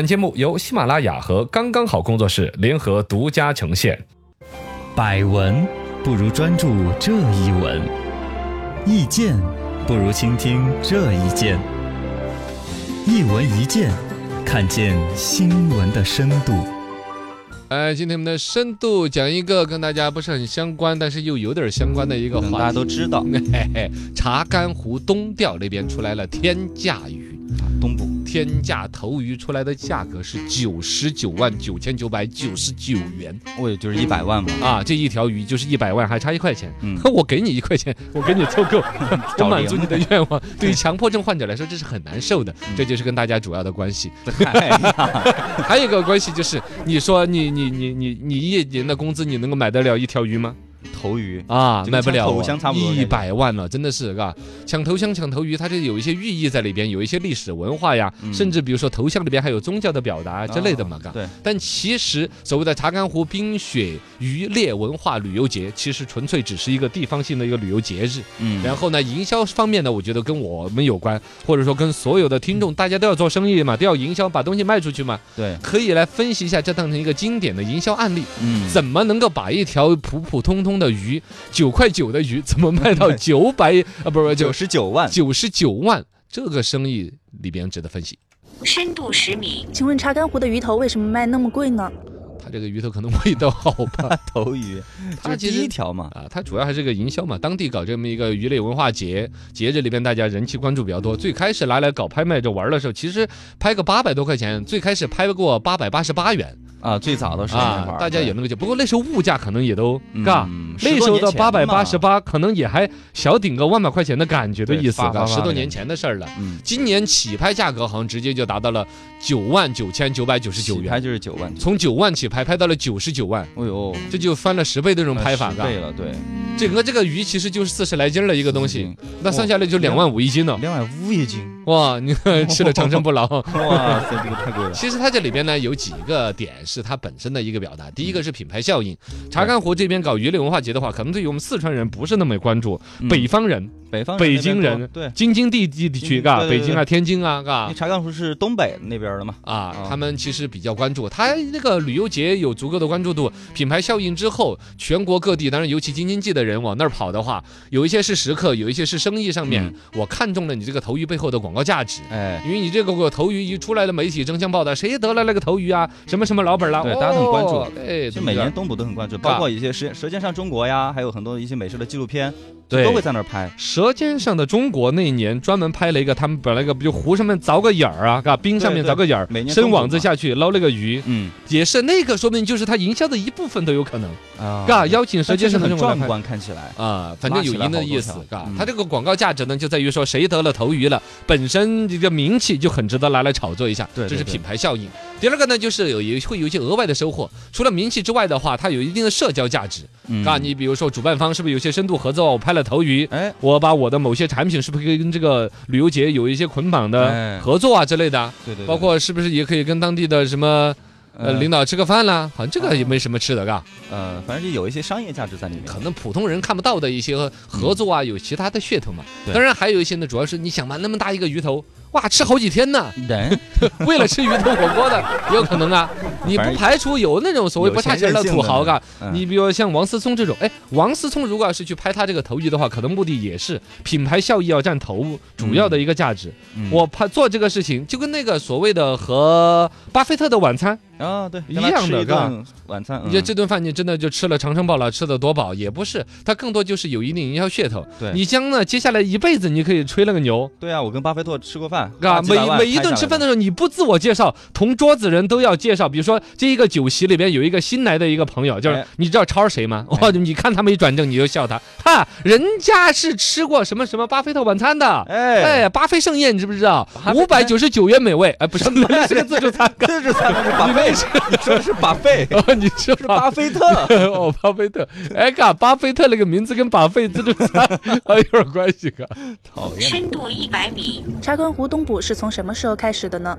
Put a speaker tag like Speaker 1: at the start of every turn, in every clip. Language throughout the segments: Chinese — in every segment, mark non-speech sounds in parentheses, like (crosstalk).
Speaker 1: 本节目由喜马拉雅和刚刚好工作室联合独家呈现。
Speaker 2: 百闻不如专注这一闻，意见不如倾听这一见。一闻一见，看见新闻的深度。
Speaker 3: 哎，今天我们的深度讲一个跟大家不是很相关，但是又有点相关的一个
Speaker 4: 可能嗯大
Speaker 3: 话
Speaker 4: 家
Speaker 3: 题。 (laughs)
Speaker 4: 都知道，
Speaker 3: 嘿嘿，查干湖东调那边出来了天价鱼，
Speaker 4: 东部
Speaker 3: 天价头鱼出来的价格是九十九万九千九百九十九元
Speaker 4: 我也就是一百万嘛，
Speaker 3: 啊！这一条鱼就是一百万，还差一块钱。
Speaker 4: 嗯
Speaker 3: (laughs) 我给你一块钱，我给你凑够， (laughs) 我
Speaker 4: 找
Speaker 3: 满
Speaker 4: 零
Speaker 3: 足你的愿望。对于强迫症患者来说，这是很难受的，
Speaker 4: 嗯
Speaker 3: 这就是跟大家主要的关系。
Speaker 4: 哎呀
Speaker 3: 还有一个关系就是，你说你你你你你一年的工资，你能够买得了一条鱼吗？ (laughs)
Speaker 4: 头 (laughs) 鱼
Speaker 3: 啊，
Speaker 4: 就跟
Speaker 3: 卖不
Speaker 4: 抢
Speaker 3: 了
Speaker 4: 头
Speaker 3: 啊
Speaker 4: 香差不多
Speaker 3: 一百万了，真的是嘎。抢头香、抢头鱼，它这有一些寓意在里边，有一些历史文化呀，
Speaker 4: 嗯啊
Speaker 3: 甚至比如说头像里边还有宗教的表达之类的嘛，嘎。
Speaker 4: 对，
Speaker 3: 但其实所谓的查干湖冰雪渔猎文化旅游节，其实纯粹只是一个地方性的一个旅游节日。
Speaker 4: 嗯，
Speaker 3: 然后呢，营销方面呢，我觉得跟我们有关，或者说跟所有的听众，大家都要做生意嘛，都要营销，把东西卖出去嘛，
Speaker 4: 对，
Speaker 3: 可以来分析一下这当成一个经典的营销案例。
Speaker 4: 嗯，
Speaker 3: 怎么能够把一条普普通通的鱼，九块九的鱼，怎么卖
Speaker 4: (laughs)
Speaker 3: 到九百啊？不是
Speaker 4: 九
Speaker 3: 九
Speaker 4: 十九万？
Speaker 3: 九十九万这个生意里边值得分析。
Speaker 5: 深度十米，
Speaker 6: 请问查干湖的鱼头为什么卖那么贵呢？
Speaker 3: 它这个鱼头可能味道好吧？ (laughs)
Speaker 4: 头鱼，
Speaker 3: 它
Speaker 4: 就是
Speaker 3: 其
Speaker 4: 第
Speaker 3: 实
Speaker 4: 一条嘛，
Speaker 3: 啊，它主要还是个营销嘛，当地搞这么一个鱼类文化节，节日里边大家人气关注比较多。最开始拿来搞拍卖着玩的时候，其实拍个八百多块钱，最开始拍过八百八十八元
Speaker 4: 啊，最早的时候那会
Speaker 3: 啊
Speaker 4: 儿，
Speaker 3: 大家有
Speaker 4: 对
Speaker 3: 那个就，不过那时候物价可能也都
Speaker 4: 嗯
Speaker 3: 嘎。
Speaker 4: 十
Speaker 3: 那
Speaker 4: 多
Speaker 3: 时候
Speaker 4: 年
Speaker 3: 的
Speaker 4: 前
Speaker 3: 八百八十
Speaker 4: 嘛，
Speaker 3: 八，可能也还小顶个万把块钱的感觉的
Speaker 4: 对
Speaker 3: 意思
Speaker 4: 发
Speaker 3: 吧，
Speaker 4: 发
Speaker 3: 十
Speaker 4: 发
Speaker 3: 多
Speaker 4: 的
Speaker 3: 年
Speaker 4: 感觉
Speaker 3: 前的事儿了。
Speaker 4: 嗯，
Speaker 3: 今年起拍价格好像直接就达到了九万九千九百九十九
Speaker 4: 起拍
Speaker 3: 元，
Speaker 4: 就是九万，
Speaker 3: 从九万起拍拍到了九十九万，
Speaker 4: 哎呦，
Speaker 3: 这就翻了十倍的这种拍法，
Speaker 4: 十
Speaker 3: 嘎
Speaker 4: 倍。呃了，对，
Speaker 3: 整个这个鱼其实就是四十来斤儿的一个东
Speaker 4: 嗯
Speaker 3: 西，那算下来就两万五一斤了。
Speaker 4: 两万五一斤，
Speaker 3: 哇，你
Speaker 4: (laughs)
Speaker 3: 看吃了长生不老。
Speaker 4: 哇塞，这个太贵了，
Speaker 3: 其实它这里边呢有几个点是它本身的一个表达。第一个是品牌效应，
Speaker 4: 嗯
Speaker 3: 查干湖这边搞鱼类文化节的话，可能对于我们四川人不是那么关注，
Speaker 4: 嗯
Speaker 3: 北方人
Speaker 4: 北方
Speaker 3: 北
Speaker 4: 那边
Speaker 3: 京
Speaker 4: 多
Speaker 3: 人啊
Speaker 4: 对，
Speaker 3: 京津地地地区，
Speaker 4: 京
Speaker 3: 嘎，
Speaker 4: 对对
Speaker 3: 北京啊、
Speaker 4: 对
Speaker 3: 天津啊，嘎
Speaker 4: 你。查干湖是东北那边的嘛？
Speaker 3: 啊
Speaker 4: 啊，
Speaker 3: 他们其实比较关注，他那个旅游节有足够的关注度，品牌效应之后，全国各地，当然尤其京津冀的人往那儿跑的话，有一些是食客，有一些是生意上
Speaker 4: 嗯
Speaker 3: 面，我看中了你这个头鱼背后的广告价值，
Speaker 4: 哎，
Speaker 3: 因为你这个头鱼一出来的媒体争相报道，谁得了那个头鱼啊，什么什么老本了，
Speaker 4: 对大家都很关注
Speaker 3: 哦哎，
Speaker 4: 就每年东部都很关注，
Speaker 3: 嘎
Speaker 4: 包括一些舌《舌尖上中国》呀，还有很多一些美食的纪录片，
Speaker 3: 对
Speaker 4: 都会在那儿拍。
Speaker 3: 《舌尖上的中国》那一年专门拍了一个，他们把那个比如湖上面凿个眼儿啊，嘎，冰上面凿个眼儿
Speaker 4: 对对每，年
Speaker 3: 伸
Speaker 4: 中午
Speaker 3: 网子
Speaker 4: 嘛
Speaker 3: 下去捞那个鱼，
Speaker 4: 嗯
Speaker 3: 也是那个，说不定就是他营销的一部分都有可能，
Speaker 4: 啊
Speaker 3: 嘎，邀请《舌
Speaker 4: 但
Speaker 3: 尖
Speaker 4: 确实
Speaker 3: 上的
Speaker 4: 很
Speaker 3: 中国》来
Speaker 4: 壮
Speaker 3: 拍。
Speaker 4: 观，看起来。
Speaker 3: 啊，反正有赢的意思
Speaker 4: 拉起来好多，条
Speaker 3: 嘎
Speaker 4: 嗯，
Speaker 3: 它这个广告价值呢，就在于说谁得了头鱼了，本身这个名气就很值得拿来炒作一下，
Speaker 4: 对
Speaker 3: 这
Speaker 4: 对
Speaker 3: 是
Speaker 4: 对
Speaker 3: 品牌效应。第二个呢，就是有一会有一些额外的收获，除了名气之外的话，它有一定的社交价值，
Speaker 4: 嗯
Speaker 3: 嘎，你比如说主办方是不是有些深度合作？我拍了头鱼，
Speaker 4: 哎，
Speaker 3: 我把我的某些产品是不是可以跟这个旅游节有一些捆绑的
Speaker 4: 哎
Speaker 3: 合作啊之类的啊，
Speaker 4: 对对，对嗯
Speaker 3: 包括是不是也可以跟当地的什么呃领导吃个饭啦？好像这个也没什么吃的，嘎，
Speaker 4: 呃，反正就有一些商业价值在里面。
Speaker 3: 可能普通人看不到的一些合作啊，有其他的噱头嘛。
Speaker 4: 嗯对
Speaker 3: 当然还有一些呢，主要是你想嘛，那么大一个鱼头，哇，吃好几天
Speaker 4: (laughs)
Speaker 3: 呢， (laughs)
Speaker 4: 人
Speaker 3: 为了吃鱼头火锅的也有可
Speaker 4: (laughs)
Speaker 3: 能啊。你不
Speaker 4: 反正
Speaker 3: 排除有那种所谓不差钱的土豪，嘎，
Speaker 4: 嗯
Speaker 3: 你比如像王思聪这种，哎，王思聪如果要是去拍他这个头鱼的话，可能目的也是品牌效益要占头主要的一个价值。
Speaker 4: 嗯
Speaker 3: 我怕做这个事情，就跟那个所谓的和巴菲特的晚餐，
Speaker 4: 啊对
Speaker 3: 一样的
Speaker 4: 跟他吃一顿晚餐，
Speaker 3: 你觉得
Speaker 4: 嗯
Speaker 3: 这顿饭你真的就吃了长生不老，吃的多饱也不是，它更多就是有一定营销噱头。
Speaker 4: 对
Speaker 3: 你将呢接下来一辈子你可以吹那个牛。
Speaker 4: 对啊，我跟巴菲特吃过饭，花
Speaker 3: 啊，
Speaker 4: 几
Speaker 3: 每
Speaker 4: 百万
Speaker 3: 每一顿吃饭的时候，你不自我介绍，同桌子人都要介绍。比如说，这一个酒席里边有一个新来的一个朋友，就是
Speaker 4: 哎
Speaker 3: 你知道超是谁吗？
Speaker 4: 哎
Speaker 3: 哇，你看他们一转正，你就笑他，哈，人家是吃过什么什么巴菲特晚餐的，
Speaker 4: 拍下来的，
Speaker 3: 哎，巴菲盛宴，你知不知道？
Speaker 4: 菲
Speaker 3: 五百九十九元每位，哎，
Speaker 4: (laughs)
Speaker 3: 不是，那是个自助餐，
Speaker 4: 哎， (laughs) 这是他是巴菲，你说的是巴
Speaker 3: (laughs)
Speaker 4: 菲，
Speaker 3: 哦，你说
Speaker 4: 是
Speaker 3: 吧。
Speaker 4: 巴菲特
Speaker 3: (laughs) 哦，巴菲特，哎嘎，巴菲特那个名字跟巴菲自助餐 (laughs) 还有点关系嘎。
Speaker 4: 讨厌，
Speaker 5: 深度一百米，
Speaker 6: 查干湖东捕是从什么时候开始的呢？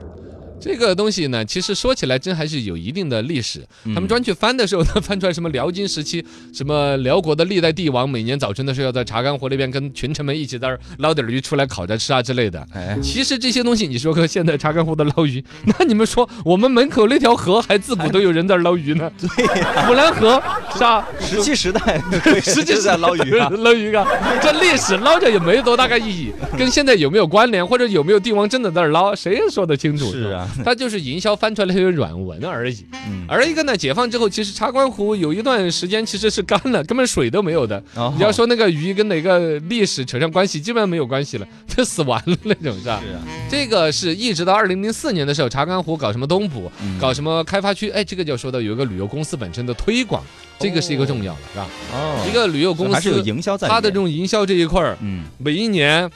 Speaker 3: 这个东西呢，其实说起来真还是有一定的历史。
Speaker 4: 嗯
Speaker 3: 他们专去翻的时候，他翻出来什么辽金时期，什么辽国的历代帝王，每年早晨的时候要在茶干湖那边跟群臣们一起在那儿捞点鱼出来烤着吃啊之类的。
Speaker 4: 哎，
Speaker 3: 其实这些东西，你说和现在茶干湖的捞鱼， (laughs) 那你们说我们门口那条河还自古都有人在那儿捞鱼呢，
Speaker 4: 对
Speaker 3: (laughs)
Speaker 4: 呀，
Speaker 3: 普兰河是吧？，
Speaker 4: 石器时代， (laughs) 石器时代捞鱼啊
Speaker 3: (laughs) 捞鱼啊，这历史捞着也没多大个意义，跟现在有没有关联，或者有没有帝王真的在那儿捞，谁也说得清楚。
Speaker 4: 是啊，
Speaker 3: 它就是营销翻出来的一个软文而已。
Speaker 4: 嗯，
Speaker 3: 而一个呢，解放之后，其实茶关湖有一段时间其实是干了，根本水都没有的。
Speaker 4: 哦
Speaker 3: 你要说那个鱼跟哪个历史扯上关系，基本上没有关系了，就死完了那种，是吧？
Speaker 4: 是啊，
Speaker 3: 这个是一直到二零零四年的时候，茶干湖搞什么东捕，
Speaker 4: 嗯
Speaker 3: 搞什么开发区，哎，这个就说到有一个旅游公司本身的推广，这个是一个重要的，是吧？
Speaker 4: 哦
Speaker 3: 一个旅游公
Speaker 4: 还是有
Speaker 3: 司，
Speaker 4: 营销在里面，
Speaker 3: 它的这种营销这一块儿，
Speaker 4: 嗯，
Speaker 3: 每一年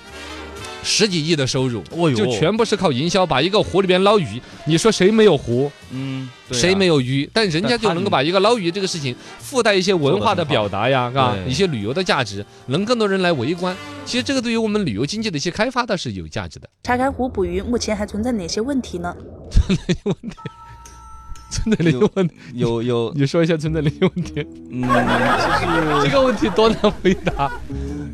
Speaker 3: 十几亿的收入。
Speaker 4: 哦
Speaker 3: 就全部是靠营销，把一个湖里边捞鱼，你说谁没有湖，
Speaker 4: 嗯，对啊
Speaker 3: 谁没有鱼？但人家
Speaker 4: 但
Speaker 3: 就
Speaker 4: 他
Speaker 3: 能够把一个捞鱼这个事情附带一些文化的表达呀，是吧？
Speaker 4: 对
Speaker 3: 一些旅游的价值，能更多人来围观。其实这个对于我们旅游经济的一些开发倒是有价值的。
Speaker 6: 茶干湖捕鱼目前还存在哪些问题呢？
Speaker 3: 村子里有问题，
Speaker 4: 有有，
Speaker 3: 你说一下村子里有问题，
Speaker 4: 嗯，就是
Speaker 3: 这个问题多难回答。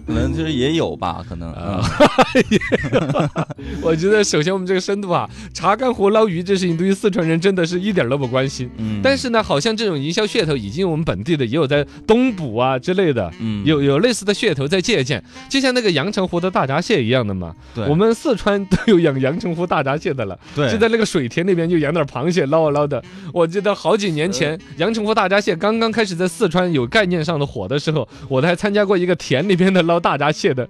Speaker 4: 可能就是也有吧，可能，嗯
Speaker 3: 啊，我觉得首先我们这个深度啊，查干湖捞鱼这事情对于四川人真的是一点儿都不关心。
Speaker 4: 嗯
Speaker 3: 但是呢，好像这种营销噱头已经我们本地的也有在东捕啊之类的，
Speaker 4: 嗯
Speaker 3: 有有类似的噱头在借鉴，就像那个阳澄湖的大闸蟹一样的嘛。
Speaker 4: 对
Speaker 3: 我们四川都有养阳澄湖大闸蟹的了，
Speaker 4: 对
Speaker 3: 就在那个水田那边就养点螃蟹捞啊捞的。我记得好几年前，阳澄湖大闸蟹刚刚开始在四川有概念上的火的时候，我还参加过一个田里边的捞大闸蟹的，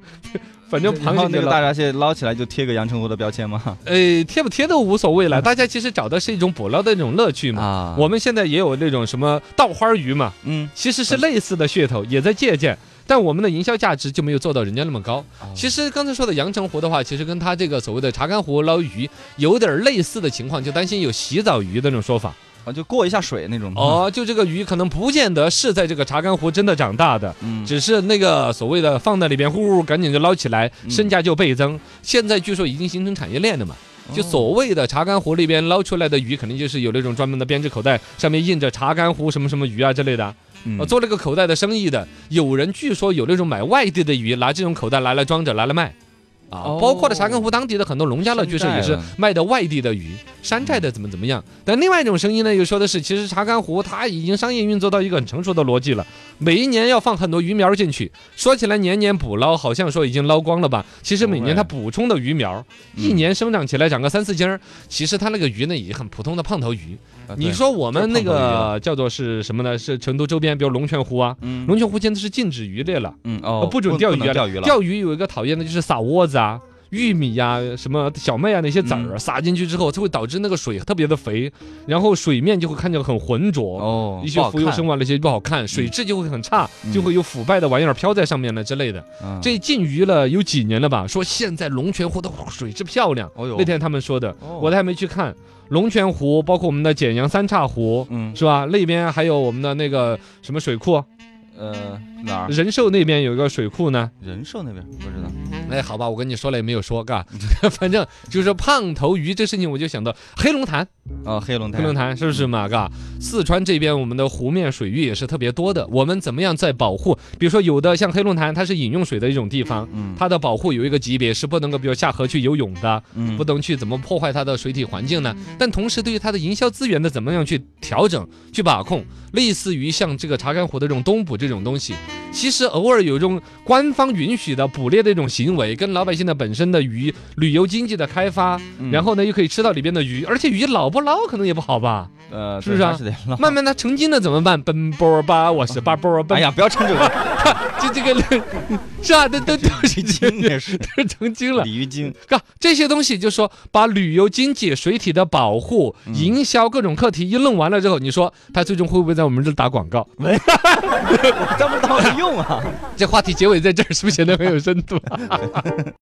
Speaker 3: 反正
Speaker 4: 然
Speaker 3: 螃
Speaker 4: 后那
Speaker 3: 蟹就
Speaker 4: 个
Speaker 3: 捞
Speaker 4: 大。闸蟹捞起来就贴个阳澄湖的标签吗？
Speaker 3: 呃，贴不贴都无所谓
Speaker 4: 嗯
Speaker 3: 了，大家其实找的是一种捕捞的那种乐趣嘛。
Speaker 4: 啊
Speaker 3: 嗯我们现在也有那种什么稻花鱼嘛，
Speaker 4: 嗯，
Speaker 3: 其实是类似的噱头，也在借鉴，但我们的营销价值就没有做到人家那么高。其实刚才说的阳澄湖的话，其实跟它这个所谓的茶干湖捞鱼有点类似的情况，就担心有洗澡鱼的那种说法。
Speaker 4: 啊，就过一下水那种，
Speaker 3: 哦，就这个鱼可能不见得是在这个茶干湖真的长大的。
Speaker 4: 嗯，
Speaker 3: 只是那个所谓的放在里边，呼呼，赶紧就捞起来，
Speaker 4: 嗯
Speaker 3: 身价就倍增。现在据说已经形成产业链了嘛，
Speaker 4: 哦
Speaker 3: 就所谓的茶干湖里边捞出来的鱼，肯定就是有那种专门的编织口袋，上面印着茶干湖什么什么鱼啊之类的啊。
Speaker 4: 嗯
Speaker 3: 我做了个口袋的生意的，有人据说有那种买外地的鱼，拿这种口袋拿来装着，拿来卖。啊，
Speaker 4: 哦
Speaker 3: 包括了茶干湖当地的很多农家乐，
Speaker 4: 山
Speaker 3: 据说
Speaker 4: 寨
Speaker 3: 也是
Speaker 4: 了
Speaker 3: 卖的外地的鱼，山寨的怎么怎么样。但另外一种声音呢，又说的是，其实茶干湖它已经商业运作到一个很成熟的逻辑了，每一年要放很多鱼苗进去。说起来年年捕捞，好像说已经捞光了吧？其实每年它补充的鱼苗，
Speaker 4: 嗯
Speaker 3: 一年生长起来长个三四斤儿，其实它那个鱼呢也很普通的胖头鱼。
Speaker 4: 啊
Speaker 3: 你
Speaker 4: 对
Speaker 3: 说我们那
Speaker 4: 就是胖头鱼啊
Speaker 3: 个叫做是什么呢？是成都周边，比如龙泉湖啊，
Speaker 4: 嗯
Speaker 3: 龙泉湖现在是禁止渔猎了，
Speaker 4: 嗯哦，
Speaker 3: 不准钓
Speaker 4: 不
Speaker 3: 鱼
Speaker 4: 能
Speaker 3: 啊。
Speaker 4: 钓鱼了，
Speaker 3: 钓鱼有一个讨厌的就是撒窝子啊。玉米呀、什么小麦啊，那些籽
Speaker 4: 嗯
Speaker 3: 儿啊撒进去之后，它会导致那个水特别的肥，然后水面就会看着很浑浊，
Speaker 4: 哦，
Speaker 3: 一些
Speaker 4: 不好
Speaker 3: 浮游
Speaker 4: 看
Speaker 3: 生物啊那些不好看，水质就会很差，
Speaker 4: 嗯
Speaker 3: 就会有腐败的玩意儿飘在上面了之类的。
Speaker 4: 嗯
Speaker 3: 这禁渔了有几年了吧？说现在龙泉湖的水质漂亮，
Speaker 4: 哦哟
Speaker 3: 那天他们说的，
Speaker 4: 哦
Speaker 3: 我都还没去看。龙泉湖包括我们的简阳三岔湖，
Speaker 4: 嗯
Speaker 3: 是吧？那边还有我们的那个什么水库，
Speaker 4: 呃哪儿
Speaker 3: 仁寿那边有一个水库呢。
Speaker 4: 仁寿那边不知道，
Speaker 3: 哎，好吧，我跟你说了也没有说，嘎， (laughs) 反正就是说胖头鱼这事情，我就想到黑龙潭，
Speaker 4: 哦黑龙
Speaker 3: 黑
Speaker 4: 潭
Speaker 3: 龙潭是不是嘛？嘎，四川这边我们的湖面水域也是特别多的，我们怎么样在保护？比如说有的像黑龙潭，它是饮用水的一种地方。
Speaker 4: 嗯
Speaker 3: 它的保护有一个级别是不能够，比如下河去游泳的，
Speaker 4: 嗯
Speaker 3: 不能去怎么破坏它的水体环境呢？但同时对于它的营销资源的怎么样去调整、去把控，类似于像这个查干湖的这种冬捕这种东西，其实偶尔有一种官方允许的捕猎的一种行为，跟老百姓的本身的鱼旅游经济的开发，
Speaker 4: 嗯
Speaker 3: 然后呢又可以吃到里边的鱼，而且鱼老不捞可能也不好吧？
Speaker 4: 呃
Speaker 3: 是不是啊
Speaker 4: 对它得捞
Speaker 3: 慢慢它成精了怎么办？奔波吧，我是八波奔，
Speaker 4: 哎呀不要唱这个
Speaker 3: 这这个 (laughs) 是啊，都
Speaker 4: (laughs)
Speaker 3: 都都
Speaker 4: 鲤鱼精也 (laughs) 是
Speaker 3: 都成精了。
Speaker 4: 鲤鱼精
Speaker 3: 啊，这些东西就说把旅游经济、水体的保护、
Speaker 4: 嗯
Speaker 3: 营销各种课题一弄完了之后，你说它最终会不会在我们这儿打广告？
Speaker 4: 这么倒没用啊。
Speaker 3: 这话题结尾在这儿，是不是显得很有深度？